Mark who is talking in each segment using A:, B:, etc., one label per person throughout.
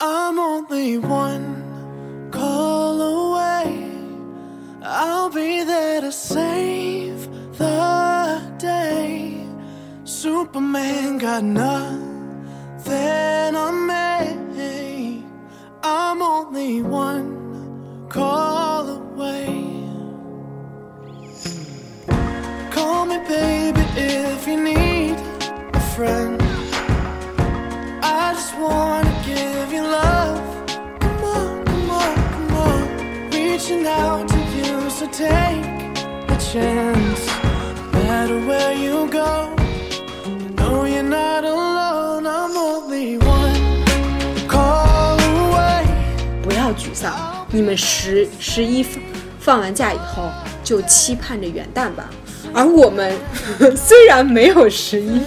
A: I'm only one call away. I'll be there to save the day. Superman got nothing on me. I'm only one call away. Call me, baby, if you need a friend. I just wanna give you love. Come on, come on, come on. Reaching out to you, so take a chance. No matter where you go, you know you're not alone. I'm only one call away.
B: 不要沮丧，你们十十一放完假以后就期盼着元旦吧。而我们 虽然没有十一，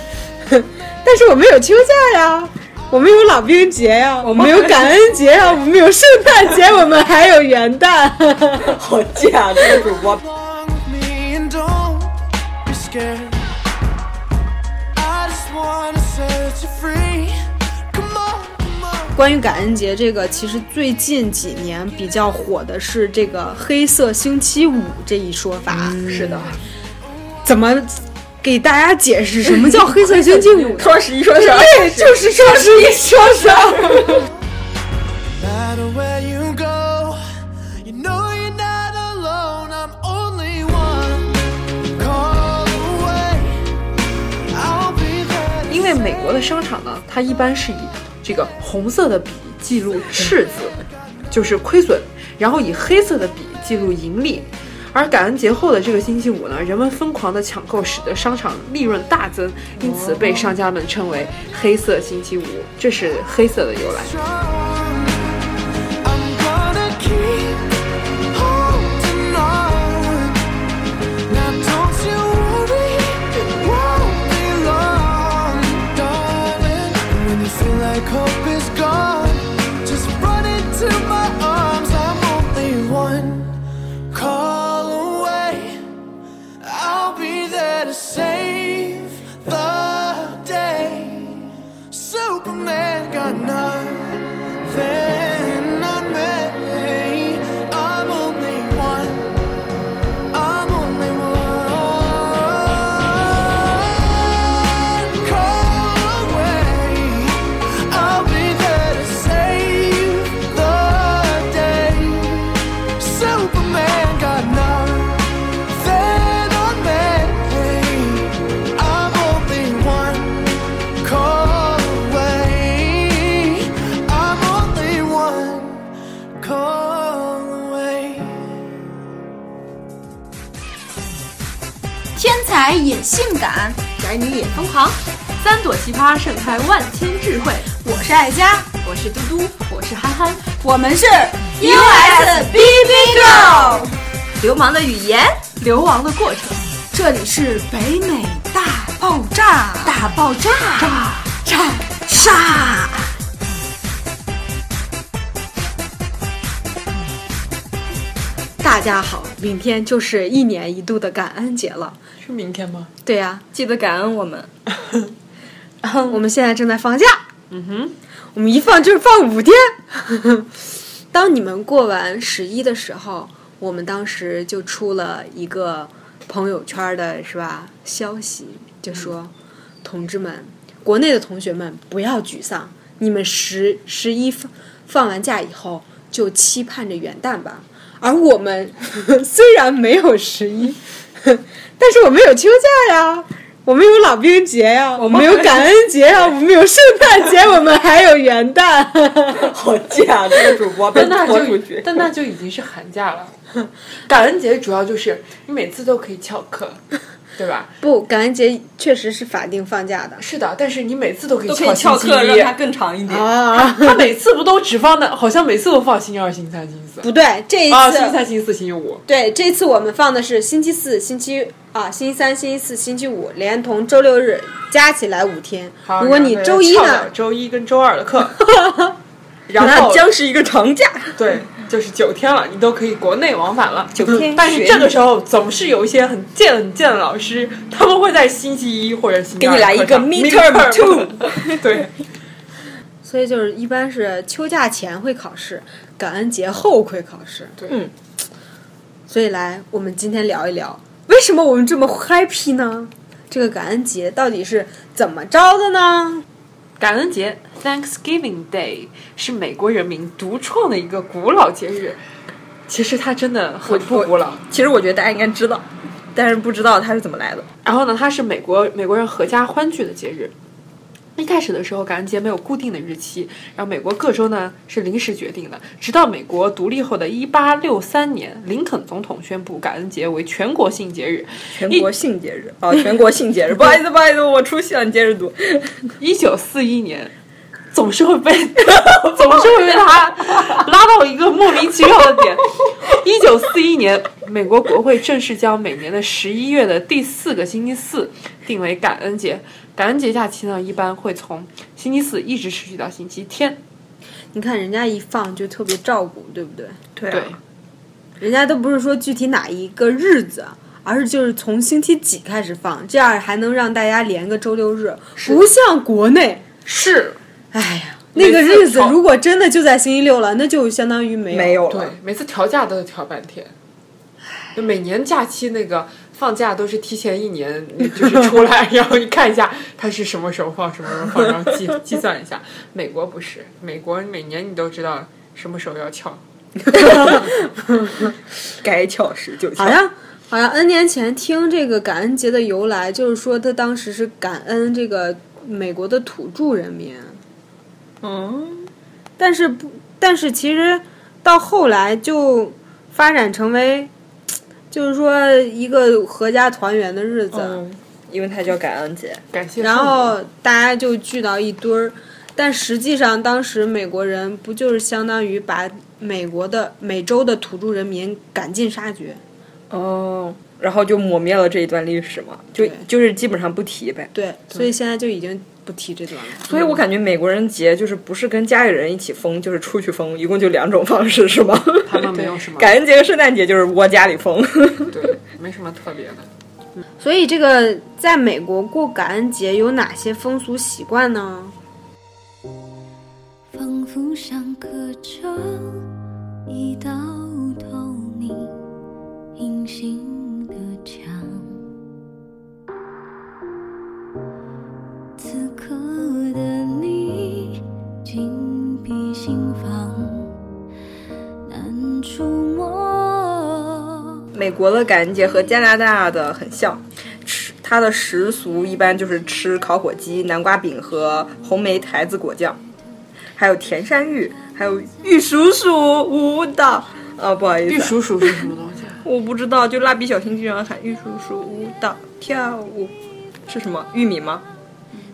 B: 但是我们有秋假呀，我们有老兵节呀，我们有感恩节呀，我们有圣诞节，我们还有元旦。
C: 好假，这个主播
A: along with me and don't be scared. I just wanna set you free. Come on, come on.
B: 关于感恩节这个，其实最近几年比较火的是这个“黑色星期五”这一说法。
C: 嗯是的，
B: 怎么给大家解释什么叫“黑色星期五”？
C: 双十一双十二，
B: 对，就是双十一、双十 二。
A: No matter where you go, you know you're not alone. I'm only one call away. I'll be there.
C: 因为美国的商场呢，它一般是以这个红色的笔记录赤字，
D: 嗯
C: 就是亏损，然后以黑色的笔记录盈利。而感恩节后的这个星期五呢，人们疯狂的抢购，使得商场利润大
D: 哦
C: 增，因此被商家们称为“黑色星期五”，这是黑色的由来。
A: strong. I'm gonna keep holding on. Now don't you worry, it won't be long, darling. When you feel like hope is gone, just run into my arms. I'm only one call away. I'll be there to save the day. Superman got none. Then on me, I'm only one. I'm only one call away. I'll be there to save the day. Superman got nothing on me. I'm only one call away. I'm only one call away.
E: 天才也性感，
C: 宅女也疯狂，三朵奇葩盛开万千智慧。
E: 我是爱佳，
C: 我是嘟嘟，我是憨憨，
E: 我们是 USBB Girl，
C: 流氓的语言，流亡的过程。
E: 这里是北美大爆炸，大爆炸，炸炸炸！
B: 大家好，明天就是一年一度的感恩节了。
C: 是明天吗？
B: 对啊呀、
E: 记得感恩我们，
B: 我们现在正在放假，
C: 嗯哼，
B: 我们一放就是放五天。 当你们过完十一的时候，我们当时就出了一个朋友圈的是吧消息，就说、同志们，国内的同学们不要沮丧，你们十十一放放完假以后就期盼着元旦吧。而我们 虽然没有十一， 但是我们有秋假呀，我们有老兵节呀，我们有感恩节 呀，我们有圣诞节，我们还有元旦。
D: 好假，这个主播被
C: 但那
D: 拖
C: 就
D: 出 去。
C: 但那就已经是寒假了。 感恩节主要就是你每次都可以翘课，对吧？
B: 不，感恩节确实是法定放假的
C: 是的，但是你每次都可以
D: 都可以
C: 翘
D: 翘
C: 星
D: 课，
C: 期
D: 让
C: 一
D: 它。更长一点。
B: 啊。
C: 他每次不都只放的，好像每次都放星期二、星期三、星期四
B: 不对，这一次、
C: 啊，星期三、星期四、星期五。
B: 对这次我们放的是星期四、星期啊、星期三、星期四、星期五，连同周六日加起来五天。
C: 好
B: 如果你
C: 然后
B: 周一
C: 翘掉
B: 呢，
C: 周一跟周二的 课，然
D: 那
C: 后
D: 将是一个长假，
C: 对，就是九天了，你都可以国内往返了。
D: 九天
C: 但是这个时候总是有一些很贱很贱的老师，他们会在星期一或者星期
D: 给
C: 二
D: 你来一个
C: 课上
D: midterm two
C: 对，
B: 所所以就是一般是秋假前会考试，感恩节后会考试。
C: 对
D: 嗯，
B: 所以来，我们今天聊一聊，为什么我们这么 happy 呢？这个感恩节到底是怎么着的呢？
C: 感恩节 （Thanksgiving Day） 是美国人民独创的一个古老节日。其实它真的很不古老。
D: 其实我觉得大家应该知道，但是不知道它是怎么来的。
C: 然后呢，它是美国美国人合家欢聚的节日。一开始的时候，感恩节没有固定的日期，然后美国各州呢是临时决定的。直到美国独立后的1863年，林肯总统宣布感恩节为全国性节日。
D: 全国性节日哦，全国 性节日，不好意思，不好意思，我出戏了，你接着读。
C: 1941年，总是会被 总是会被他拉到一个莫名其妙的点。1941年，美国国会正式将每年的11月的第四个星期四定为感恩节。感恩节假期呢，一般会从星期四一直持续到星期天。
B: 你看人家一放就特别照顾，对不对？
D: 对啊
C: 对，
B: 人家都不是说具体哪一个日子，而是就是从星期几开始放，这样还能让大家连个周六日，不像国内，
C: 是，
B: 哎呀，那个日子如果真的就在星期六了，那就相当于没有
D: 没有
C: 对
D: 了，，
C: 每次调假都得调半天。就每年假期那个放假都是提前一年，你就是出来，然后你看一下它是什么时候放，什么时候放，然后计计算一下。美国不是，美国每年你都知道什么时候要翘。
D: 该巧时就巧
B: 好。像好像 N 年前听这个感恩节的由来，就是说他当时是感恩这个美国的土著人民，
D: 嗯，
B: 但是不，但是其实到后来就发展成为，就是说一个合家团圆的日子，
D: 嗯，因为它叫感恩节。
C: 感谢。
B: 然后大家就聚到一堆儿。但实际上，当时美国人不就是相当于把美国的美洲的土著人民赶尽杀绝？
D: 哦，然后就抹灭了这一段历史嘛，就
B: 对
D: 就是基本上不提呗。
B: 对，所以现在就已经不提这段了。
D: 所以我感觉美国人节就是不是跟家里人一起疯，就是出去疯，一共就两种方式，是吗？
C: 他们没有什么
D: 感恩节和圣诞节就是窝家里疯。
C: 对，没什么特别的。
B: 所以，这个在美国过感恩节有哪些风俗习惯呢？
F: 仿佛像刻着一道透明隐形的墙。此刻的你紧闭心房，难触摸。
D: 美国的感恩节和加拿大的很像，吃它的食俗一般就是吃烤火鸡、南瓜饼和红莓台子果酱，还有甜山芋，还有玉蜀黍舞蹈。啊、不好意思，
C: 玉蜀黍是什么东西啊？
D: 我不知道，就蜡笔小新经常喊玉蜀黍舞蹈跳舞，是什么玉米吗？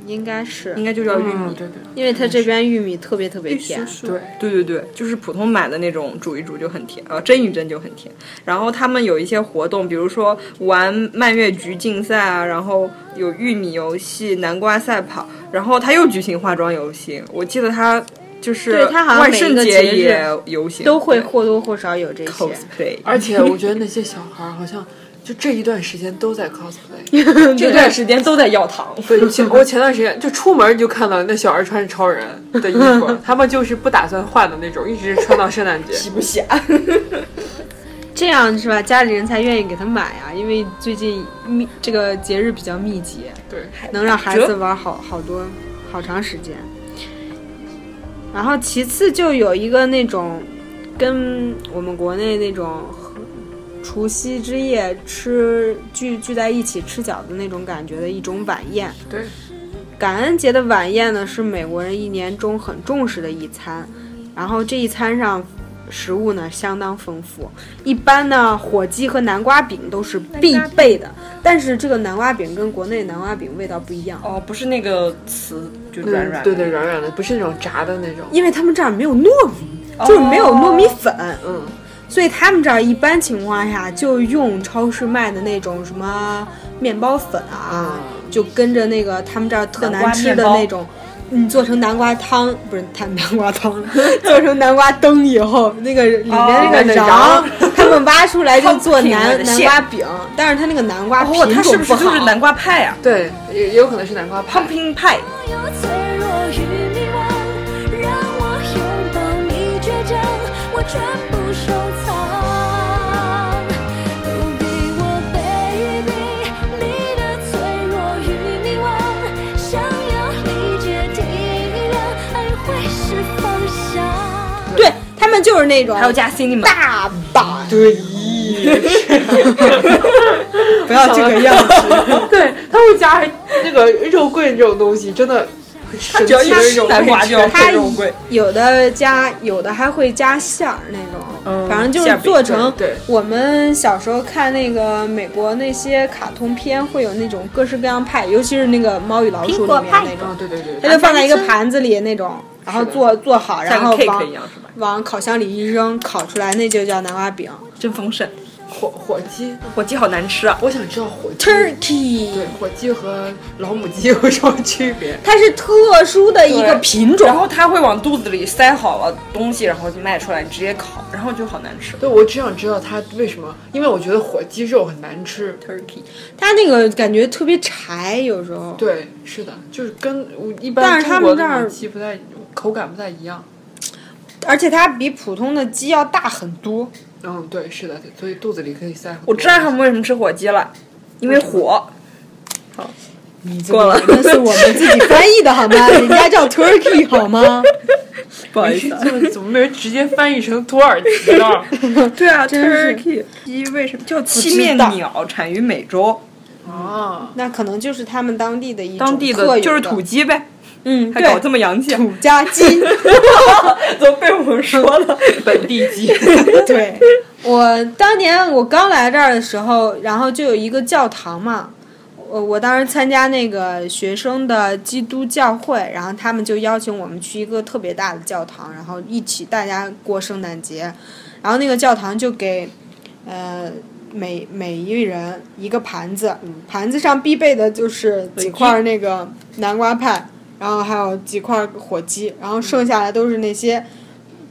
B: 应该是
D: 应，该就叫玉米。
C: 嗯，对对
B: 因为它这边玉米特别特别甜。
C: 对。
D: 对对对，就是普通买的那种，煮一煮就很甜，呃，蒸一蒸就很甜。然后他们有一些活动，比如说玩蔓越菊竞赛啊，然后有玉米游戏、南瓜赛跑，然后他又举行化妆游戏。我记得他就是
B: 对他好像
D: 万
B: 每一
D: 圣
B: 个
D: 节
B: 节日
D: 也游行，
B: 都会
D: 对 Oh,
B: 或多或少有这些。
D: cosplay。
C: 而且我觉得那些小孩儿好像就这一段时间都在 cosplay。
D: 这段时间都在 要糖，
C: 对，前我前段时间就出门就看到那小孩穿着超人的衣 服，他们就是不打算换的那种，一直穿到圣诞节。
D: 皮不下。
B: 这样是吧？家里人才愿意给他买啊，因为最近密这个节日比较密集，
C: 对，
B: 能让孩子玩好好多好长时间。然后其次就有一个那种跟我们国内那种除夕之夜吃聚聚在一起吃饺子那种感觉的一种晚宴。
C: 对，
B: 感恩节的晚宴呢，是美国人一年中很重视的一餐，然后这一餐上食物呢相当丰富，一般呢火鸡和南瓜饼都是必备的，但是这个南瓜饼跟国内南瓜饼味道不一样，
D: 哦，不是那个词，就软软的。
C: 嗯对对，软软的，不是那种炸的那种。
B: 因为他们这儿没有糯
D: 哦
B: 米，就是没有糯米粉，
C: 嗯，
B: 所以他们这儿一般情况下就用超市卖的那种什么面包粉
D: 嗯
B: 啊，就跟着那个他们这儿特难吃的那种，你做成南瓜汤不是它南瓜汤， 做成南瓜灯以
D: 哦
B: 后，那个里面那个瓤， 他们挖出来就做
D: 它
B: 南
D: 挺
B: 南
D: 馅
B: 瓜饼，但是它那个南瓜品
D: 哦，它是
B: 种
D: 不是就是
B: 好
D: 南瓜派啊
C: 嗯 对，也也有可能是南瓜派。
D: ？Pumpkin pie。
F: 有脆弱与迷惘，
B: 正就是那种
D: 还有加 cinnamon，
B: 大把
C: 对，
D: 不要这个样子，
C: 对，他会加那个肉桂这种东西，真的很神奇
D: 只要
C: 的
D: 一
C: 一
D: 吃
C: 种
D: 南瓜
C: 味
D: 就要
C: 觉
D: 配肉桂，
B: 有的加，有的还会加馅儿那种，
C: 嗯
B: 反正就
D: 馅
B: 是
D: 儿饼
B: 做成。
C: 对对
B: 我们小时候看那个美国那些卡通片，会有那种各式各样派，尤其是那个《猫与老鼠》里面那种，
C: 哦对对对
B: 它就放在一个盘子里那种，然后做做好，然
D: 像
B: 后
D: 个 cake
B: 往
D: 一样是吧？
B: 往烤箱里一扔，烤出来那就叫南瓜饼。
D: 真丰盛。
C: 火火鸡，
D: 火鸡好难吃啊！
C: 我想知道火鸡。对
B: Turkey，
C: 火鸡和老母鸡 有什么区别？
B: 它是特殊的一个品
D: 然
B: 种，
D: 后它会往肚子里塞好了东西，然后就卖出来，直接烤，然后就好难吃。
C: 对，我只想知道它为什么，因为我觉得火鸡肉很难吃。
D: Turkey，
B: 它那个感觉特别柴，有时候。
C: 对，是的，就是跟我一
B: 但
C: 般
B: 是他们
C: 中国
B: 这
C: 的
B: 儿
C: 母鸡不太口感不太一样。
B: 而且它比普通的鸡要大很多。
C: 嗯，对，是的，所以肚子里可以塞很多
D: 我知道他们为什么吃火鸡了，因为火。
B: 你
D: 过了
B: 那是我们自己翻译的好吗？人家叫 turkey 好吗？
D: 不好意思啊，
C: 东西，怎么没人直接翻译成土耳其呢？
D: 对啊
B: 是
D: ，Turkey 鸡为什么叫七面
B: 道
D: 鸟？产于美洲，
C: 啊，
B: 那可能就是他们当地的一种
D: 当地
B: 特
D: 的
B: 有
D: 就是
B: 的
D: 土，鸡呗，
B: 嗯，
D: 还
B: 对，
D: 搞这么洋气，
B: 土家 鸡。
D: 怎么被我们说了？本地鸡，
B: 对，我当年我刚来这儿的时候，然后就有一个教堂嘛，我我当时参加那个学生的基督教会，然后他们就邀请我们去一个特别大的教堂，然后一起大家过圣诞节，然后那个教堂就给，呃。每每一人一个盘子，盘子上必备的就是几块那个南瓜派，然后还有几块火鸡，然后剩下来都是那些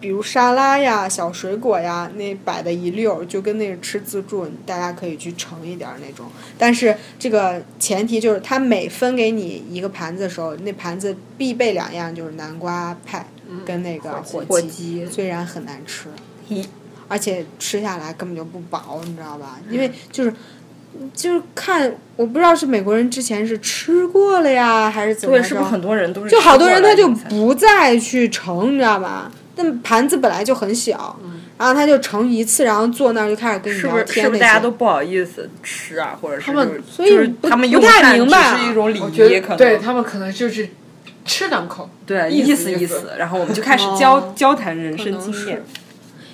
B: 比如沙拉呀、小水果呀，那摆的一溜儿，就跟那个吃自助，大家可以去盛一点儿那种。但是这个前提就是，他每分给你一个盘子的时候，那盘子必备两样就是南瓜派跟那个 火鸡，
D: 火鸡
B: 虽然很难吃
D: 咦，
B: 而且吃下来根本就不饱，你知道吧？因为就是。就是看，我不知道是美国人之前是吃过了呀，还是怎么
D: 对，
B: 着？
D: 是不是很多人都是？
B: 就好多人他就不再去盛，你知道吧？但盘子本来就很小，然后他就盛一次，然后坐那儿就开始跟你
D: 嗯是不
B: 聊
D: 是是
B: 天
D: 不
B: 那
D: 是大家
B: 些
D: 都。不好意思吃啊，或者是
C: 他们
D: 就是
B: 所以
D: 就是
B: 不
D: 他们
B: 不
D: 用
B: 太
D: 饭
B: 明
D: 只
B: 白
D: 是
B: 啊
D: 一种 礼
C: 我觉
D: 仪，可
C: 得
D: 能
C: 对他们可能就是吃两口。
D: 对
C: 意
D: 意
C: 思
D: 意
C: 意
D: 思
C: 思，
D: 然后我们就开始
B: 哦
D: 交交谈人生
B: 能
D: 经验
B: 是。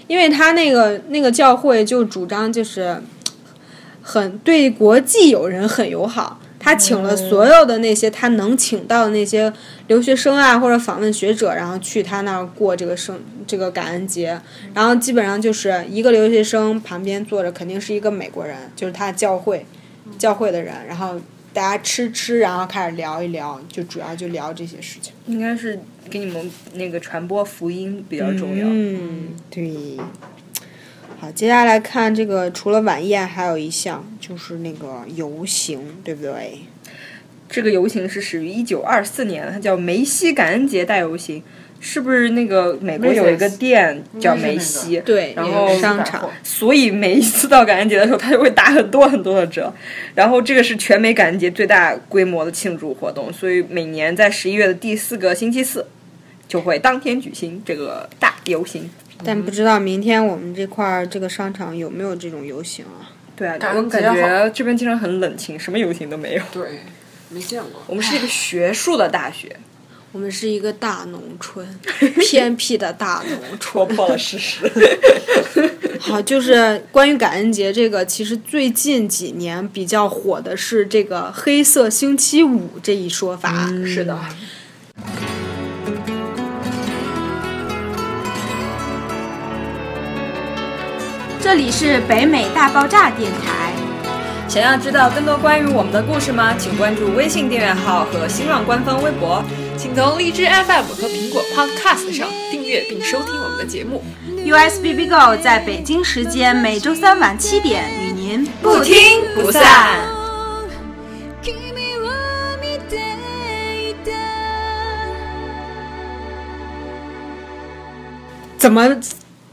B: 因为他那个那个教会就主张就是很对国际友人很友好，他请了所有的那些他能请到的那些留学生啊或者访问学者，然后去他那儿过这个圣这个感恩节，然后基本上就是一个留学生旁边坐着肯定是一个美国人，就是他教会教会的人，然后大家吃吃，然后开始聊一聊，就主要就聊这些事情。
D: 应该是给你们那个传播福音比较重要。
B: 嗯，对。好，接下来看这个，除了晚宴，还有一项就是那个游行，对不对？
D: 这个游行是始于一九二四年，它叫梅西感恩节大游行，是不是那个美国有一个
C: Macy's
D: 店叫梅
C: 应该
D: 西？
C: 是
B: 对
D: 然后
B: 商
C: 百
B: 场
C: 货，
D: 所以每一次到感恩节的时候，它就会打很多很多的折。然后这个是全美感恩节最大规模的庆祝活动，所以每年在十一月的第四个星期四就会当天举行这个大游行。
B: 但不知道明天我们这块儿这个商场有没有这种游行啊？
D: 对啊，
C: 感
D: 我
C: 恩节
D: 感觉
C: 好
D: 这边经常很冷清，什么游行都没有。
C: 对，没见过。
D: 我们是一个学术的大学，
B: 我们是一个大农 村，偏僻的大农
D: 戳
B: 村。
D: 破了事实。
B: 好，就是关于感恩节这个，其实最近几年比较火的是这个“黑色星期五”这一说法。
C: 是的，
E: 这里是北美大爆炸电台，
D: 想要知道更多关于我们的故事吗？请关注微信订阅号和新浪官方微博。
G: 请从荔枝 FM 和苹果 Podcast 上订阅并收听我们的节目。
E: USBB Go 在北京时间每周三晚七点与您不听
D: 不散。
F: 君を見ていた
B: 怎么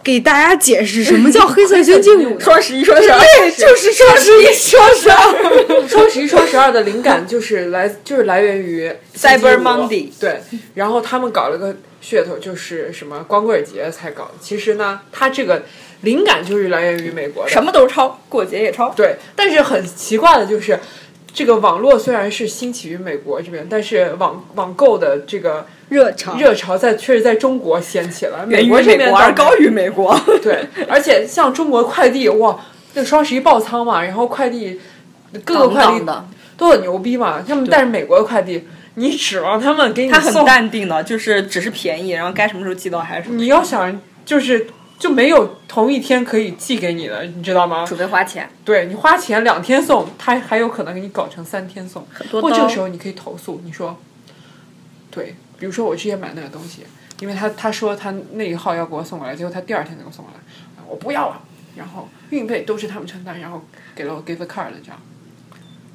B: 给大家解释什么叫黑色星期五？
D: 双十一，双十二，
B: 对，就是双十一、双十 二。
C: 嗯双十一、双十二的灵感就是来就是来源于星期
D: Cyber
C: 五
D: Monday
C: 对，然后他们搞了个噱头就是什么光棍节才搞的。其实呢，它这个灵感就是来源于美国的。
D: 什么都抄，过节也抄。
C: 对，但是很奇怪的就是，这个网络虽然是兴起于美国这边，但是网网购的这个
B: 热潮，
C: 热潮在确实在中国掀起了，
D: 源于
C: 国这
D: 美
C: 边
D: 国
C: 倒
D: 而
C: 没
D: 高于美 国。
C: 对，而且像中国快递哇，那双十一爆仓嘛，然后快递各个快递
D: 当当的
C: 都很牛逼嘛，他们但是美国的快递，你指望他们给你
D: 他很
C: 送，
D: 淡定的，就是只是便宜，然后该什么时候寄到还是什么，
C: 你要想就是就没有同一天可以寄给你的，你知道吗？
D: 准备花钱。
C: 对你花钱两天送，他还有可能给你搞成三天送。
D: 多
C: 不过这
D: 刀
C: 个时候你可以投诉，你说，对，比如说我之前买那个东西，因为他他说他那一号要给我送过来，结果他第二天就给我送过来，我不要了，然后运费都是他们承担，然后给了我 give a card 这样。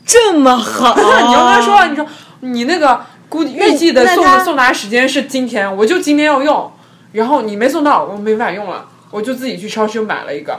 B: 这么好，
C: 你要跟他说，你说你那个估计预计的
B: 那
C: 送
B: 他
C: 的送达时间是今天，我就今天要用，然后你没送到，我没法用了，我就自己去超市买了一个，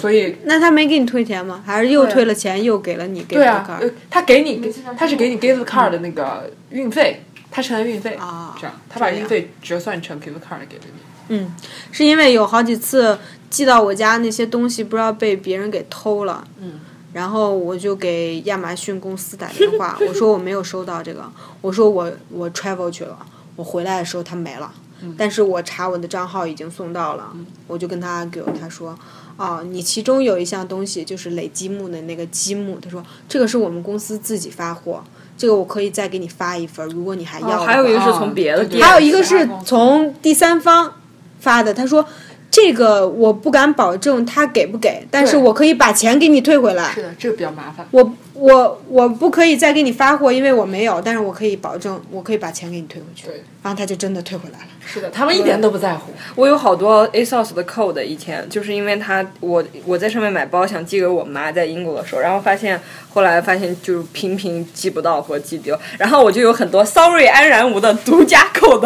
C: 所以
B: 那他没给你退钱吗？还是又退了钱，又给了你给
C: 啊对
B: 了
C: 啊
B: 个，
C: 呃他给你给，他是给你 give card 的
D: 嗯
C: 那个运费，他承担运费
B: 啊
C: 这样他把
B: 这样
C: 运费折算成 give card 给了你。
B: 嗯，是因为有好几次寄到我家那些东西，不知道被别人给偷了。
C: 嗯。
B: 然后我就给亚马逊公司打电话，我说我没有收到这个，我说我我 travel 去了，我回来的时候它没了，
D: 嗯
B: 但是我查我的账号已经送到了，我就跟他 argue，他说，哦，你其中有一项东西就是垒积木的那个积木，他说这个是我们公司自己发货，这个我可以再给你发一份儿，如果你还要的话、
D: 还有一个是
C: 哦
D: 从别的
C: 对
D: 店，
B: 还有一个是从第三方发的，他说这个我不敢保证他给不给，但是
C: 对
B: 我可以把钱给你退回来
C: 是。
D: 啊
C: 的，这个比较麻烦。
B: 我我我不可以再给你发货，因为我没有，但是我可以保证我可以把钱给你退回去。
C: 对，
B: 然后他就真的退回来了。
C: 是的，他们一点都不在乎。
D: 我有好多 ASOS 的 code，以前就是因为它，我我在上面买包想寄给我妈在英国的时候，然后发现后来发现就是频频寄不到或寄丢，然后我就有很多 Sorry 安然无的独家 code，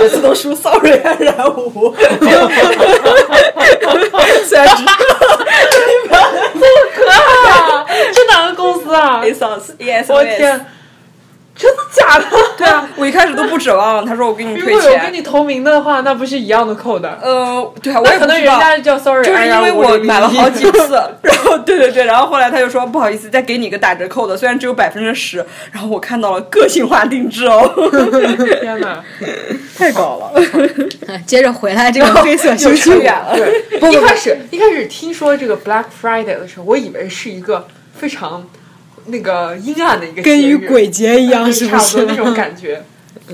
D: 每次都输 Sorry 安然无， 虽然只
C: 这哪个公司 啊
D: ASOS yes，
C: 我天，真的假的？对啊，
D: 我一开始都不指望，他说我给你
C: 如
D: 退
C: 果有跟
D: 钱，
C: 你同名的话，那不是一样的扣的？
D: 呃，对啊，我
C: 那
D: 也
C: 可
D: 不
C: 能
D: 知
C: 人
D: 道。
C: 家叫 sorry，
D: 就是因
C: 哎
D: 为
C: 呀
D: 我
C: 我
D: 买了好几
C: 个。
D: 次，然后对对对，然后后来他就说不好意思，再给你一个打折扣的，虽然只有百分之十，然后我看到了个性化定制哦，
C: 天哪！
D: 太高了，
B: 接着回来这个黑色
D: 又
B: 星期
D: 扯
B: 五，
D: 远了。
C: 对，一开始一开始听说这个 Black Friday 的时候，我以为是一个非常那个阴暗的一个
B: 跟
C: 节
B: 与
C: 日
B: 鬼节 一样，
C: 对
B: 是
C: 差
B: 不
C: 不多
B: 是
C: 那？种感觉。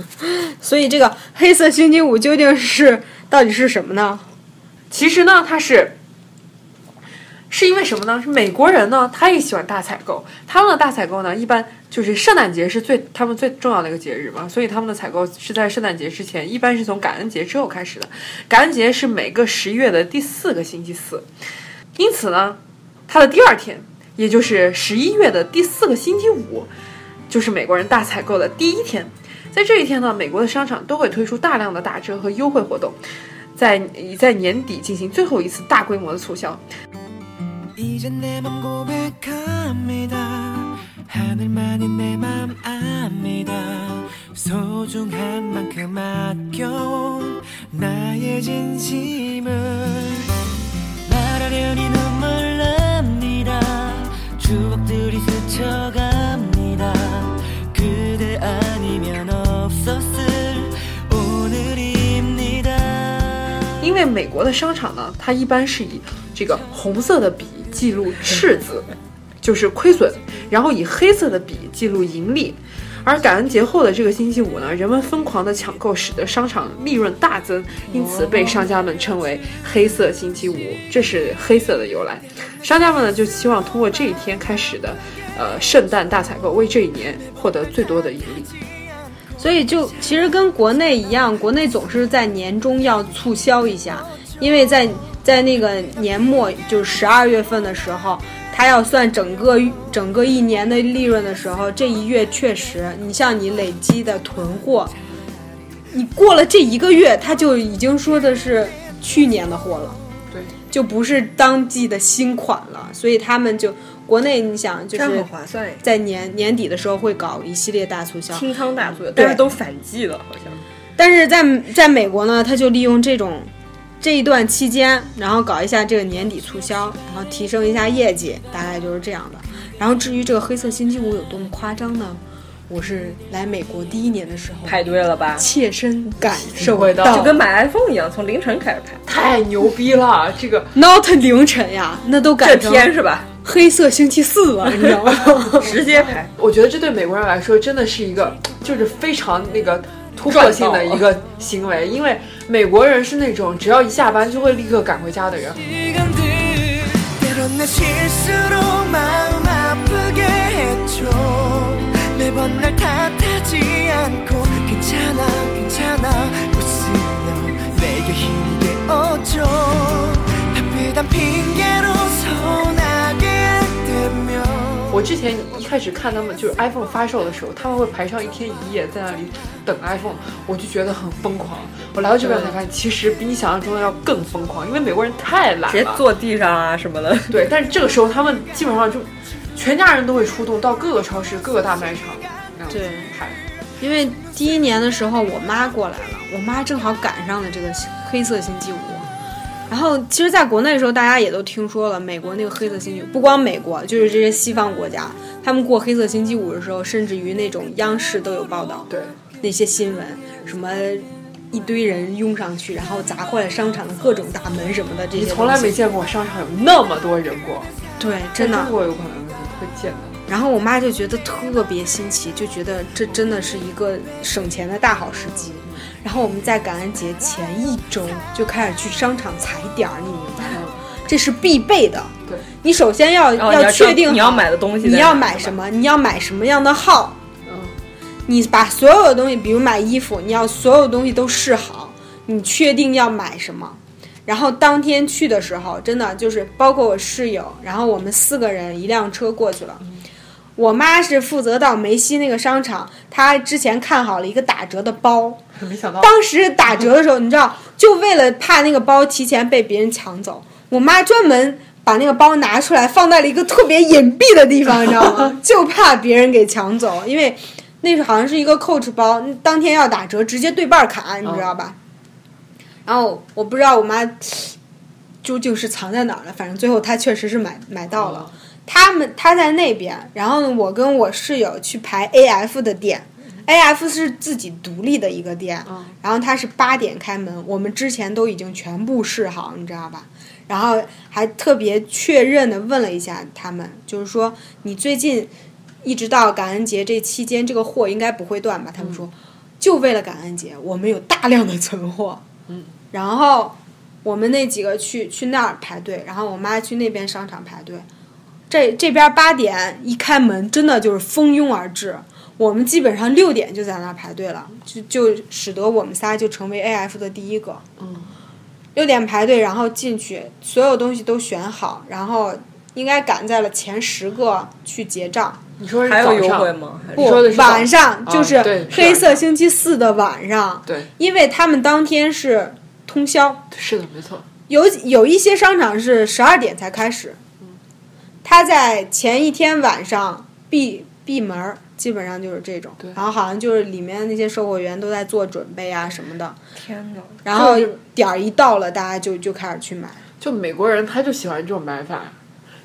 B: 所以这个黑色星期五究竟是到底是什么呢？
C: 其实呢，它是是因为什么呢？是美国人呢，他也喜欢大采购。他们的大采购呢，一般就是圣诞节是最他们最重要的一个节日嘛，所以他们的采购是在圣诞节之前，一般是从感恩节之后开始的。感恩节是每个十一月的第四个星期四，因此呢，它的第二天，也就是十一月的第四个星期五，就是美国人大采购的第一天。在这一天呢，美国的商场都会推出大量的打折和优惠活动，在在年底进行最后一次大规模的促销。
A: 이제 내맘 고백합니다 하늘만이 내 맘 압니다 소중한 만큼 아껴온 나의 진심을 말하려니 눈물 납니다 추억들이 스쳐갑니다 그대 아니면 없었을 오늘입니다
C: 因为美国的商场呢，它一般是以这个红色的笔记录赤字，就是亏损，然后以黑色的笔记录盈利。而感恩节后的这个星期五呢，人们疯狂的抢购，使得商场利润大增，因此被商家们称为“黑色星期五”，这是黑色的由来。商家们呢就希望通过这一天开始的，呃，圣诞大采购，为这一年获得最多的盈利。
B: 所以就其实跟国内一样，国内总是在年终要促销一下，因为在在那个年末，就是十二月份的时候，他要算整个整个一年的利润的时候，这一月确实，你像你累积的囤货，你过了这一个月，他就已经说的是去年的货了，
C: 对，
B: 就不是当季的新款了，所以他们就国内你想就
D: 这样
B: 是
D: 很划算哎，
B: 在年年底的时候会搞一系列大促销，
D: 清仓大作，但是都反季了，好像。
B: 但是在在美国呢，他就利用这种这一段期间，然后搞一下这个年底促销，然后提升一下业绩，大概就是这样的。然后至于这个黑色星期五有多么夸张呢？我是来美国第一年的时候，
D: 排队了吧？
B: 切身感
C: 社
B: 受
C: 会到
D: 就跟买 iPhone 一样，从凌晨开始排，
C: 太牛逼了，这个
B: not 凌晨呀，那都
D: 这
B: 赶成
D: 天是吧？
B: 黑色星期四了，你知道吗？
D: 直接 排，
C: 我觉得这对美国人来说真的是一个，就是非常那个突破性的一个行为，因为美国人是那种只要一下班就会立刻赶回家的人。
A: 시간들 때론 내 실수로 마음 아프게 했죠 매번 날 탓하지 않고 괜찮아 괜찮아 웃으며 내게 힘이 되어줘 바쁘단 핑계로 서운하게 되면
C: 我之前一开始看他们就是 iPhone 发售的时候，他们会排上一天一夜在那里等 iPhone，我就觉得很疯狂。我来到这边才发现，其实比你想象中的要更疯狂，因为美国人太懒
D: 直接
C: 了。
D: 坐地上啊什么的。
C: 对，但是这个时候他们基本上就全家人都会出动到各个超市、各个大卖场那样子
B: 对
C: 排。
B: 因为第一年的时候，我妈过来了，我妈正好赶上了这个黑色星期五。然后，其实，在国内的时候，大家也都听说了美国那个黑色星期五，不光美国，就是这些西方国家，他们过黑色星期五的时候，甚至于那种央视都有报道
C: 对，
B: 那些新闻，什么一堆人拥上去，然后砸坏了商场的各种大门什么的，这些
C: 你
B: 东西
C: 从来没见过商场有那么多人过，
B: 对，真
C: 在
B: 的
C: 中。国有可能会见到。
B: 然后我妈就觉得特别新奇，就觉得这真的是一个省钱的大好时机。然后我们在感恩节前一周就开始去商场踩点儿，你明白吗？这是必备的。
C: 对，
B: 你首先要、
D: 嗯哦你要知道
B: 确定
D: 你要
B: 好
D: 买的东西在
B: 你
D: 哪
B: 要
D: 儿
B: 买
D: 是嗯
B: 什么，你要买什么样的号。你把所有的东西，比如买衣服，你要所有东西都试好，你确定要买什么。然后当天去的时候，真的就是包括我室友，然后我们四个人一辆车过去了。我妈是负责到梅西那个商场，她之前看好了一个打折的包，
C: 没想到，
B: 当时打折的时候，你知道，就为了怕那个包提前被别人抢走，我妈专门把那个包拿出来放在了一个特别隐蔽的地方，你知道 吗？就怕别人给抢走，因为那是好像是一个 Coach 包，当天要打折，直接对半卡，你知道吧？
C: 嗯
B: 然后我不知道我妈究竟是藏在哪儿了，反正最后她确实是买买到了。他们他在那边，然后呢，我跟我室友去排 AF 的店。AF 是自己独立的一个店，然后它是八点开门，我们之前都已经全部试好，你知道吧？然后还特别确认的问了一下他们，就是说你最近一直到感恩节这期间，这个货应该不会断吧？他们说，就为了感恩节，我们有大量的存货。嗯，然后我们那几个去去那儿排队，然后我妈去那边商场排队。这这边八点一开门，真的就是蜂拥而至。我们基本上六点就在那儿排队了，就就使得我们仨就成为 AF 的第一个。
C: 嗯，
B: 六点排队，然后进去，所有东西都选好，然后应该赶在了前十个去结账。
C: 你说是
D: 还有
C: 早
D: 优
C: 上
D: 惠？吗？还是
B: 不
C: 你说的是，早
B: 晚上
C: 啊
B: 就是
C: 对是
B: 黑
C: 晚
B: 色星期四的晚上，
C: 对，
B: 因为他们当天是通宵，
C: 是的，没错。
B: 有有一些商场是十二点才开始，他在前一天晚上闭闭门儿，基本上就是这种
C: 对。
B: 然后好像就是里面那些售货员都在做准备啊什么的，
D: 天哪！
B: 然后
C: 就是
B: 点儿一到了，大家就就开始去买。
C: 就美国人他就喜欢这种买法，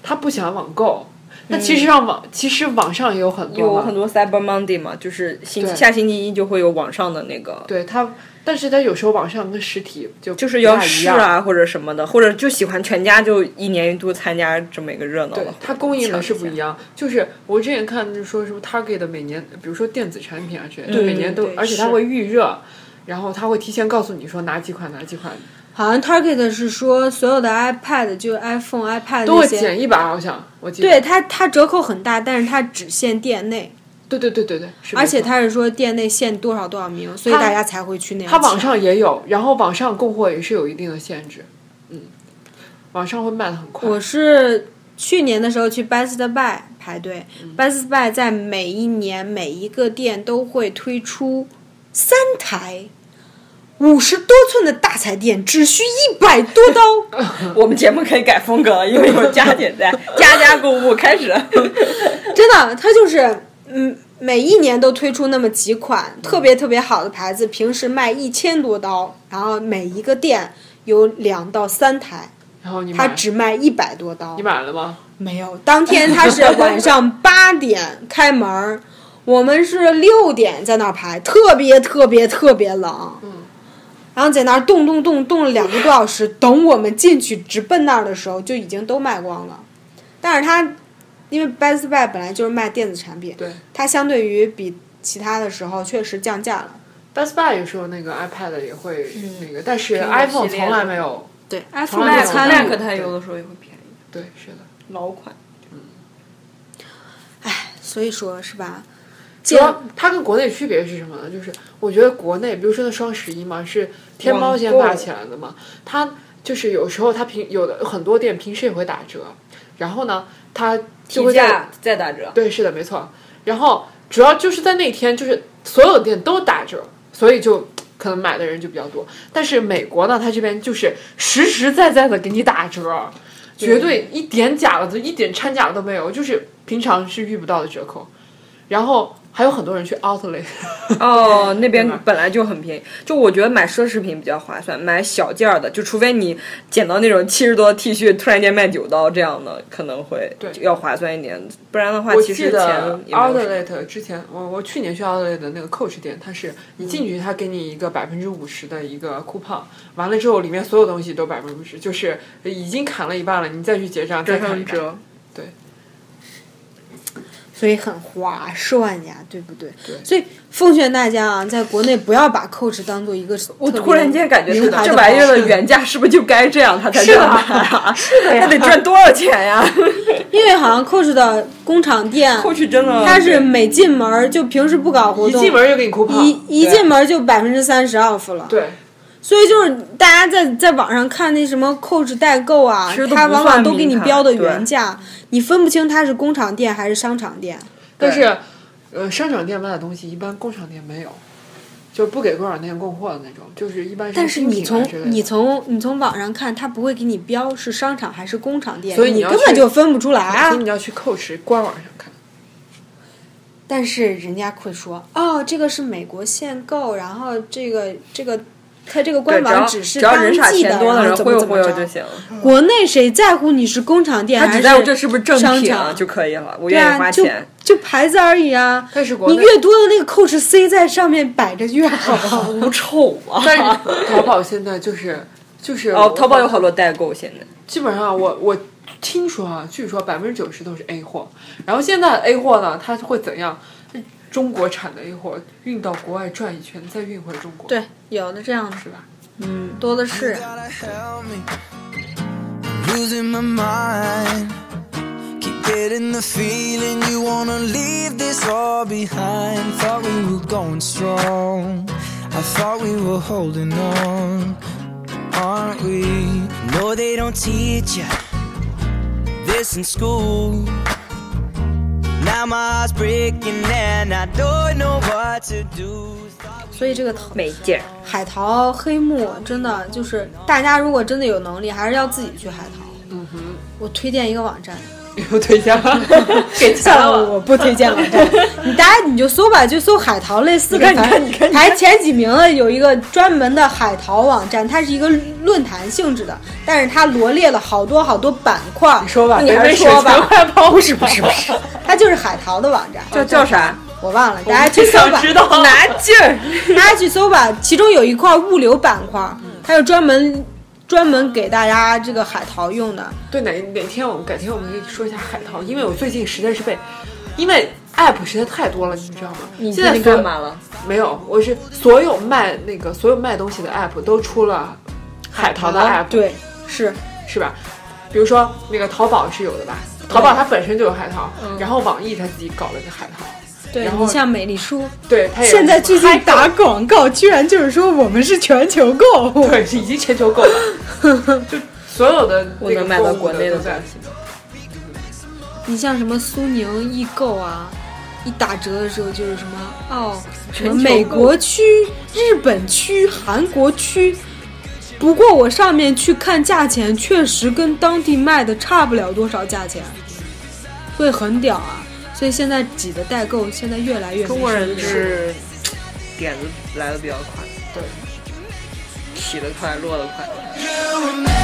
C: 他不喜欢网购。那其实上网，其实网上也有很多
D: 有
C: 嘛，
D: 很多 Cyber Monday 嘛，就是星
C: 对
D: 下星期一就会有网上的那个，
C: 对他，但是他有时候网上跟实体就
D: 就是
C: 不
D: 要
C: 大一
D: 试
C: 样。
D: 啊或者什么的，或者就喜欢全家就一年一度参加这么一个热闹
C: 对
D: 了。
C: 它供应的是不一
D: 样。
C: 样，就是我之前看就是说什么 Target 的每年，比如说电子产品啊之类的，
D: 嗯
C: 每年都
B: 对，
C: 而且它
B: 是
C: 会预热，然后它会提前告诉你说哪几款哪几款，
B: 好像 Target 是说所有的 iPad 就是 iPhone、iPad
C: 都
B: 那
C: 会
B: 些，
C: 减一百，好像我记得。
B: 对它它折扣很大，但是它只限店内，
C: 对对对对对，是
B: 而且
C: 没错
B: 它是说店内限多少多少名，所以
C: 它
B: 大家才会去那样
C: 它
B: 抢。
C: 网上也有，然后网上供货也是有一定的限制，嗯，网上会卖的很快。
B: 我是去年的时候去 Best Buy 排队、b e s t Buy 在每一年每一个店都会推出三台五十多寸的大彩电只需一百多刀。
D: 我们节目可以改风格了，因为有佳姐 在，家家购物开始。
B: 真的，它就是嗯，每一年都推出那么几款特别特别好的牌子，平时卖一千多刀，然后每一个店有两到三台，
C: 然后你
B: 它
C: 买
B: 只卖一百多刀
C: 你。买了吗？
B: 没有，当天它是晚上八点开门儿，我们是六点在那儿排，特别特别特别冷。然后在那儿冻冻冻冻了两个多小时，等我们进去直奔那儿的时候，就已经都卖光了。但是它因为 Best Buy 本来就是卖电子产品，
C: 对
B: 它相对于比其他的时候确实降价了。
C: ，Best Buy 也是有那个 iPad 也会那个，但是 iPhone
D: 系列的
C: 从来没有。
B: 对
C: 从
B: ，iPhone
C: 来没
B: 的
C: 有
B: 参
C: 卖
B: 与
C: 过，
D: 它有的时候也会便宜，
C: 对，是的。
D: 老款。
B: 所以说是吧？
C: 主要它跟国内区别是什么呢？就是我觉得国内，比如说那双十一嘛，是天猫先发起来的嘛，它就是有时候它平有的很多店平时也会打折，然后呢，它就
D: 提
C: 会在
D: 价再打折，
C: 对，是的，没错。然后主要就是在那天，就是所有店都打折，所以就可能买的人就比较多。但是美国呢，它这边就是实实在在的给你打折，绝对一点假的都一点掺假的都没有，就是平常是遇不到的折扣。然后还有很多人去 outlet，
D: 哦，那边
C: 对吧
D: 本来就很便宜，就我觉得买奢侈品比较划算，买小件儿的，就除非你捡到那种七十多的 T 恤，突然间卖九刀这样的，可能会
C: 对
D: 要划算一点，不然的话，
C: 我
D: 其
C: 记
D: 实
C: 得
D: 钱也没有什么
C: outlet 之前，我我去年去 outlet 的那个 Coach 店，它是你进去，它给你一个百分之五十的一个 coupon，完了之后里面所有东西都百分之五十，就是已经砍了一半了，你再去结账再砍一半。
D: 折。
B: 所以很划算呀，对不对？
C: 对
B: 所以奉劝大家啊，在国内不要把 Coach 当做一个我
D: 我突然间感觉
B: 名
D: 这
B: 牌
D: 这
B: 的
D: 玩意儿
B: 包
D: 的
B: 装
D: 原价是不是就该这样，它才这样卖啊？是的呀，那得赚多少钱呀？
B: 因为好像 Coach 的工厂店，
D: 过去真 的，
B: 它是每进门儿就平时不搞活
C: 一
B: 动，
C: 进门就给你
B: 一
D: 啊
C: coupon，
B: 一进门儿就百分之三十 off 了。
C: 对，
B: 所以就是大家在在网上看那什么 Coach 代购啊
D: 其实，都
B: 它
D: 不
B: 往
D: 算
B: 往都给
D: 名
B: 你
D: 牌
B: 标的
D: 对
B: 原价，你分不清它是工厂店还是商场店。
C: 但是呃，商场店卖的东西一般工厂店没有，就不给工厂店供货的那种，就是一般
B: 但是
C: 是
B: 你
C: 精品啊
B: 从
C: 之类的
B: 你从你从网上看，它不会给你标是商场还是工厂店，
C: 所以
B: 你
C: 你要
B: 根本
C: 去
B: 就分不出来啊
C: 所以。你要去 Coach 官网上看。
B: 但是人家会说，哦，这个是美国限购，然后这个这个，它这个官
D: 对只要
B: 网是
D: 只要
B: 当
D: 人傻
B: 季的，
D: 钱多的
B: 然后
D: 人
B: 怎
D: 忽
B: 么
D: 悠
B: 怎
D: 忽
B: 么
D: 悠就
B: 着。嗯
D: 行。
B: 国内谁在乎你是工厂店
D: 他
B: 还
D: 只
B: 是
D: 在乎这是不是正
B: 商
D: 品
B: 场
D: 啊就可以了，我
B: 对
D: 愿意
B: 啊，
D: 花
B: 就
D: 钱。
B: 就牌子而已啊。
C: 但是国
B: 你
C: 内
B: 越多的那个 Coach C 在上面摆着越好，
D: 不臭啊！
C: 但是淘宝现在就是就是
D: 哦，淘宝有好多代购，现在
C: 基本上我我听说啊，据说百分之九十都是 A 货，然后现在 A 货呢，它会怎样？中国产的 A 货运到国外转一圈，再运回中 国，，
B: 对，有的这样子
C: 是吧？
B: 嗯，多的是。
A: Gotta help me. I'm losing my mind. Keep getting the feeling you wanna leave this all behind. Thought we were going strong. I thought we were holding on. Aren't we? No, they don't teach you this in school. Now my heart's breaking and I don't know what to do.
B: 所以这个淘
D: 没劲儿。
B: 海淘黑幕真的就是，大家如果真的有能力，还是要自己去海淘。嗯哼，我推荐一个网站，
C: 又推荐了，给
B: 算了，我不推荐网 站。你大家你就搜吧，就搜海淘类似的，排排前几名的有一个专门的海淘网站，它是一个论坛性质的，但是它罗列了好多好多板块。你
C: 说吧，
B: 你还
C: 北
B: 是
C: 美
B: 说
C: 水全
B: 吧，
C: 快跑，不是不是不是，
B: 它就是海淘的网站，
D: 叫叫啥？
B: 我忘了，大家去搜吧。
D: 道拿劲 儿。
B: 大家去搜吧，其中有一块物流板块，它是专门专门给大家这个海淘用的。
C: 对哪哪天我们改天我们可以说一下海淘，因为我最近实在是被，因为 app 实在太多了，你知道吗？现在所有？
D: 了？
C: 没有，我是所有卖那个所有卖东西的 app 都出了海淘的 app，
B: 对，是
C: 是吧？比如说那个淘宝是有的吧，淘宝它本身就有海淘，
D: 嗯
C: 然后网易它自己搞了一个海淘，
B: 对
C: 然后
B: 你像美丽书，
C: 对，它也
E: 现在最近打广告，居然就是说我们是全球购。
C: 对是已经全球购了， 就所有的
D: 我
C: 那个
D: 能买到
C: 购物
D: 国内
C: 的
D: 的
C: 都
D: 东
C: 在
D: 西吗？
B: 你像什么苏宁易购啊，一打折的时候就是什么哦，什么美国区、日本区、韩国区。不过我上面去看价钱，确实跟当地卖的差不了多少价钱，所以很屌啊！所以现在挤的代购现在越来越没
D: 中国人
B: 生意
D: 就
B: 了
D: 是点子来的比较快，对，起得快，落得快。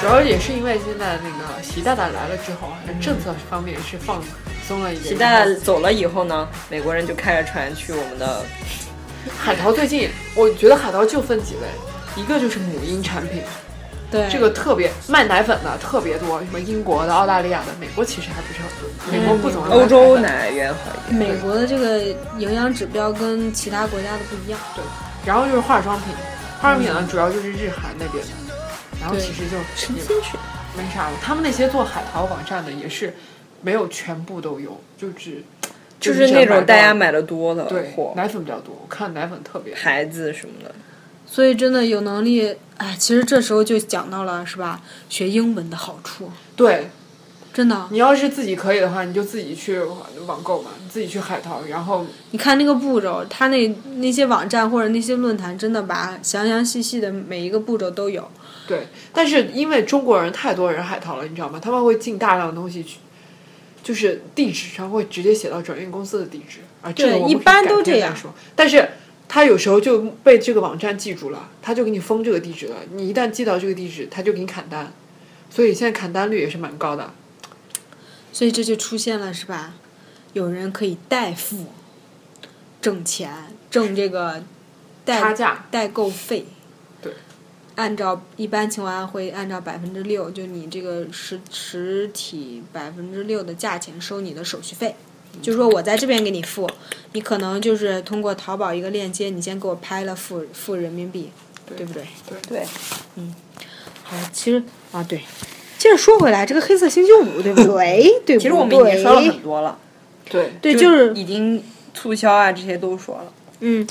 C: 主要也是因为现在那个习大大来了之后，政策方面是放松了一点。
D: 习大大走了以后呢，美国人就开着船去我们的，
C: 海淘最近，我觉得海淘就分几类，一个就是母婴产品，
B: 对
C: 这个特别卖奶粉的特别多，什么英国的、澳大利亚的，美国其实还不是很多，美国不怎么卖
D: 嗯欧洲
C: 奶粉。
D: 奶源好一点。
B: 美国的这个营养指标跟其他国家的不一样。
C: 然后就是化妆品，化妆品
D: 嗯
C: 呢主要就是日韩那边的，然后
B: 对
C: 其实就也没啥了。他们那些做海淘网站的也是没有全部都有，就只
D: 就是那种大家买的多的
C: 对
D: 货，
C: 奶粉比较多，我看奶粉特别多。
D: 孩子什么的，
B: 所以真的有能力，哎，其实这时候就讲到了是吧？学英文的好处，
C: 对
B: 真的。
C: 你要是自己可以的话，你就自己去网购嘛，你自己去海淘，然后
B: 你看那个步骤，他那那些网站或者那些论坛，真的把详详细细的每一个步骤都有。
C: 对，但是因为中国人太多人海淘了，你知道吗？他们会进大量的东西去，就是地址上会直接写到转运公司的地址啊。这个
B: 对
C: 我们
B: 一
C: 可以
B: 般
C: 改
B: 都
C: 天
B: 这
C: 再
B: 样
C: 说，但是他有时候就被这个网站记住了，他就给你封这个地址了。你一旦寄到这个地址，他就给你砍单，所以现在砍单率也是蛮高的。
B: 所以这就出现了是吧？有人可以代付，挣钱，挣这个代
C: 差价
B: 代购费。
C: 对，
B: 按照一般情况下会按照百分之六，就你这个实实体百分之六的价钱收你的手续费。就是说我在这边给你付，你可能就是通过淘宝一个链接，你先给我拍了付付人民币，对不对？
C: 对
B: 对，嗯，好，其实啊对，接着说回来，这个黑色星期五对不对？ 对不对，
D: 其实我们已经说了很多了，
C: 对，
B: 对，就是
D: 已经促销啊这些都说了。
B: 嗯，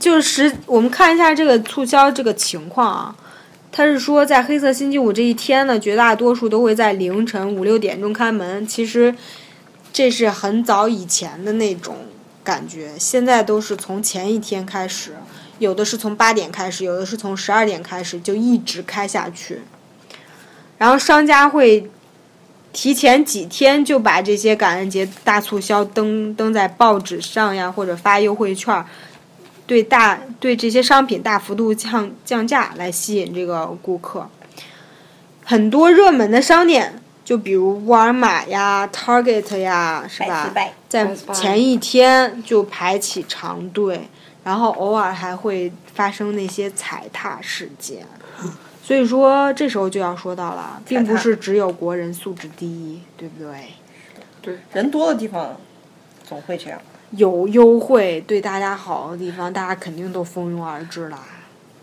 B: 就是实我们看一下这个促销这个情况啊。他是说，在黑色星期五这一天呢，绝大多数都会在凌晨五六点钟开门。其实这是很早以前的那种感觉，现在都是从前一天开始，有的是从八点开始，有的是从十二点开始，就一直开下去。然后商家会提前几天就把这些感恩节大促销登登在报纸上呀，或者发优惠券儿，对大对这些商品大幅度降降价来吸引这个顾客。很多热门的商店，就比如沃尔玛呀、Target 呀，是吧？在前一天就排起长队，然后偶尔还会发生那些踩踏事件。所以说，这时候就要说到了，并不是只有国人素质低，对不对？
D: 人多的地方总会这样。
B: 有优惠对大家好的地方，大家肯定都蜂拥而至啦。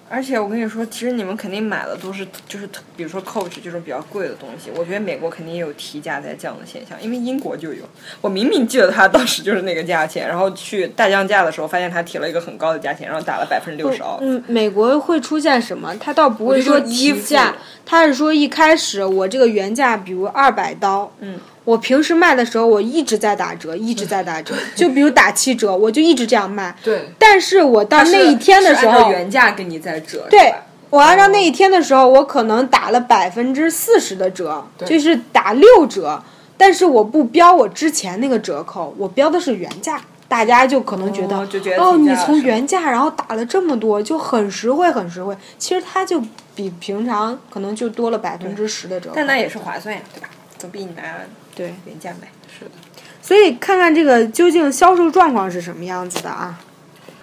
D: 而且我跟你说，其实你们肯定买的都是就是比如说 Coach 这种比较贵的东西，我觉得美国肯定也有提价再降的现象，因为英国就有。我明明记得它当时就是那个价钱，然后去大降价的时候发现它提了一个很高的价钱，然后打了百分之六十哦二。
B: 嗯，美国会出现什么？他倒不会说
D: 衣
B: 提
D: 服
B: 价，他是说一开始我这个原价，比如二百刀，嗯，我平时卖的时候我一直在打折，一直在打折，就比如打七折，我就一直这样卖。
C: 对
B: 但是我到那一天的时
D: 是按
B: 候
D: 照，原价给你再折，是
B: 对
D: 吧，
B: 我按
D: 哦
B: 照那一天的时候，我可能打了百分之四十的折，就是打六折，但是我不标我之前那个折扣，我标的是原价。大家就可能觉得，
D: 哦就觉得
B: 哦
D: 挺
B: 你
D: 价
B: 从
D: 是吧
B: 原价然后打了这么多，就很实惠，很实惠。其实它就比平常可能就多了百分之十的折扣。
D: 但那也是划算呀，对吧？总比你拿
B: 对，
D: 原价买。是的，
B: 所以看看这个究竟销售状况是什么样子的啊？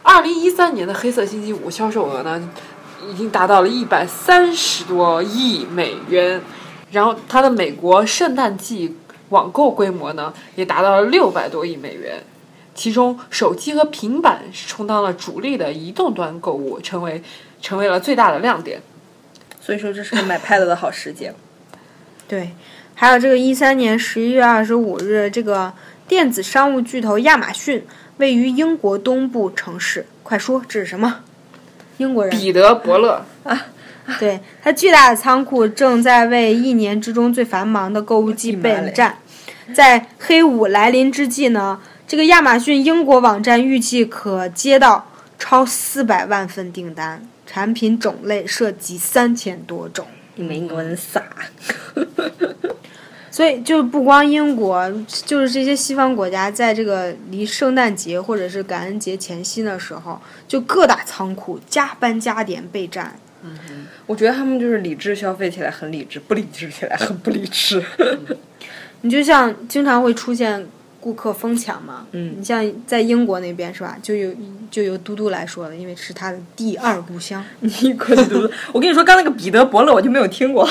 C: 二零一三年的黑色星期五销售额呢，已经达到了一百三十多亿美元，然后它的美国圣诞季网购规模呢，也达到了六百多亿美元。其中，手机和平板充当了主力的移动端购物，成为成为了最大的亮点。
D: 所以说这是个买 pad 的好时节。
B: 对，还有这个一三年十一月二十五日，这个电子商务巨头亚马逊位于英国东部城市，快说这是什么？英国人
C: 彼得伯勒，
B: 对它巨大的仓库正在为一年之中最繁忙的购物季备战。在黑五来临之际呢，这个亚马逊英国网站预计可接到超四百万份订单，产品种类涉及三千多种。
D: 你们英国人傻，
B: 所以就不光英国，就是这些西方国家，在这个离圣诞节或者是感恩节前夕的时候，就各大仓库加班加点备战。
D: 我觉得他们就是理智消费起来很理智，不理智起来很不理智。
B: 你就像经常会出现顾客疯抢嘛，嗯，你像在英国那边是吧？就有就由嘟嘟来说了，因为是他的第二故乡。
D: 你滚犊子！我跟你说，刚那个彼得伯勒我就没有听过。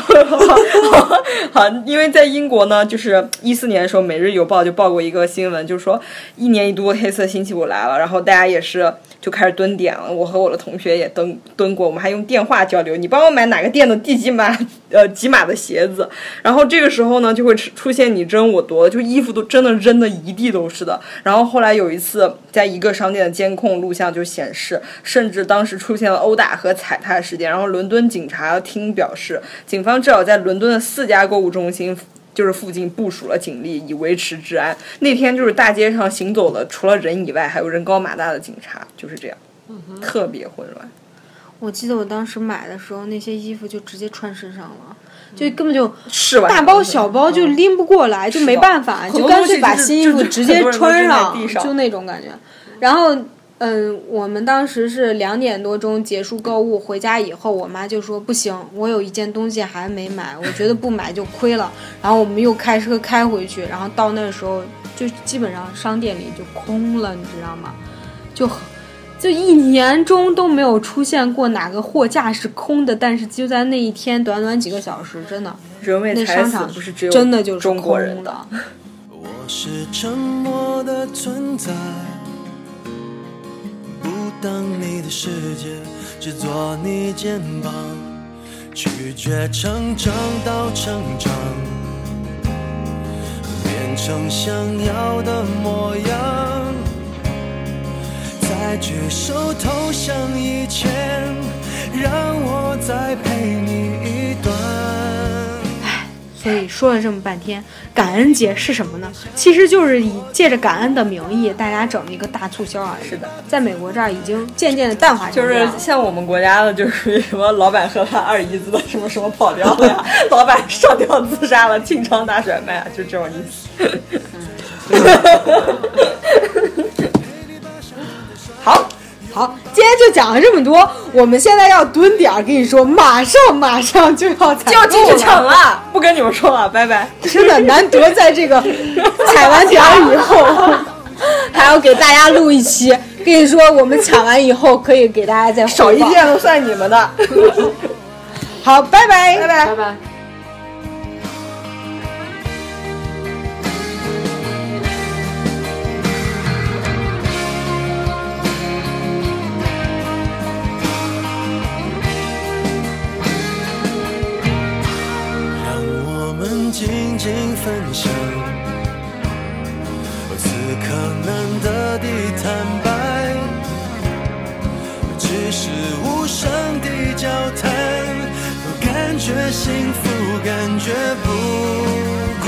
D: 好，因为在英国呢，就是一四年的时候，《每日邮报》就报过一个新闻，就是说一年一度的黑色星期五来了，然后大家也是就开始蹲点了。我和我的同学也蹲蹲过，我们还用电话交流，你帮我买哪个店的第几码呃几码的鞋子。然后这个时候呢，就会出出现你争我夺，就衣服都真的扔的一地都是的。然后后来有一次，在一个商店的监控录像就显示，甚至当时出现了殴打和踩踏事件。然后伦敦警察厅表示，警方至少在伦敦的四家购物中心。就是附近部署了警力以维持治安。那天就是大街上行走的，除了人以外，还有人高马大的警察，就是这样，特别混乱。
B: 我记得我当时买的时候，那些衣服就直接穿身上了，就根本就
D: 试完
B: 大包小包就拎不过来，就没办法，
D: 很
B: 就
D: 多
B: 干
D: 东西
B: 脆把
D: 就是
B: 新衣服
D: 就是
B: 直接
D: 很多人都
B: 穿
D: 扔在
B: 上
D: 地，上
B: 就那种感觉。然后，嗯，我们当时是两点多钟结束购物，回家以后，我妈就说不行，我有一件东西还没买，我觉得不买就亏了。然后我们又开车开回去，然后到那时候就基本上商店里就空了，你知道吗？就很就一年中都没有出现过哪个货架是空的，但是就在那一天短短几个小时，真的
D: 人为
B: 那
D: 财
B: 商
D: 死
B: 场
D: 不是只有
B: 真的就是
D: 中国人
B: 空的。
A: 我是沉默的存在，不当你的世界，只做你肩膀，拒绝成长到成长，变成想要的模样，再举手投降以前，让我再陪你一段。
B: 所以说了这么半天，感恩节是什么呢？其实就是以借着感恩的名义，大家整一个大促销而已。
D: 是的，
B: 在美国这儿已经渐渐的淡化成
D: 就
B: 这
D: 是
B: 样了
D: 像我们国家的，就是什么老板和他二姨子的什么什么跑掉了呀， 老板上吊自杀了，清仓大甩卖啊，就这种意思。好，
B: 好，今天就讲了这么多，我们现在要蹲点儿，跟你说，马上马上就要采
D: 就要进
B: 购
D: 去
B: 了，
D: 抢了，哎不跟你们说了，拜拜。
B: 真的难得在这 个采完点儿以后，还要给大家录一期，跟你说我们抢完以后可以给大家再汇
D: 少一
B: 报。
D: 件都算你们 的，
B: 好，拜拜，拜拜
C: 拜拜。
A: 让我们静静分享，此刻难得的坦白，只是无声的交谈，感觉幸福，感觉不孤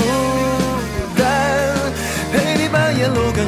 A: 单，陪你把沿路感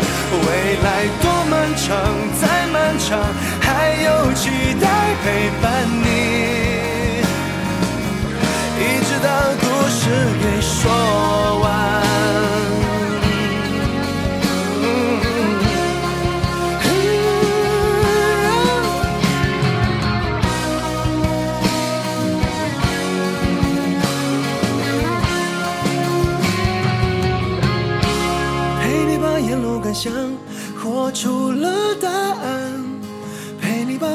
A: 未来多漫长，再漫长，还有期待陪伴你。一直到故事给说完。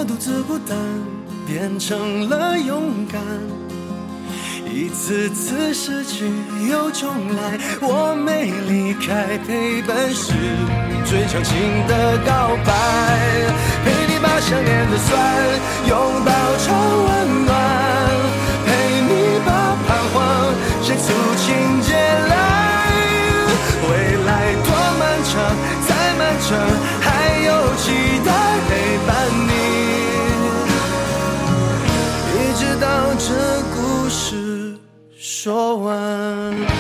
A: 独自孤单，变成了勇敢。一次次失去又重来，我没离开，陪伴是最长情的告白。陪你把想念的酸拥抱成温暖，陪你把彷徨写出情节来。未来多漫长，再漫长，还有期待陪伴你。一直到这故事说完。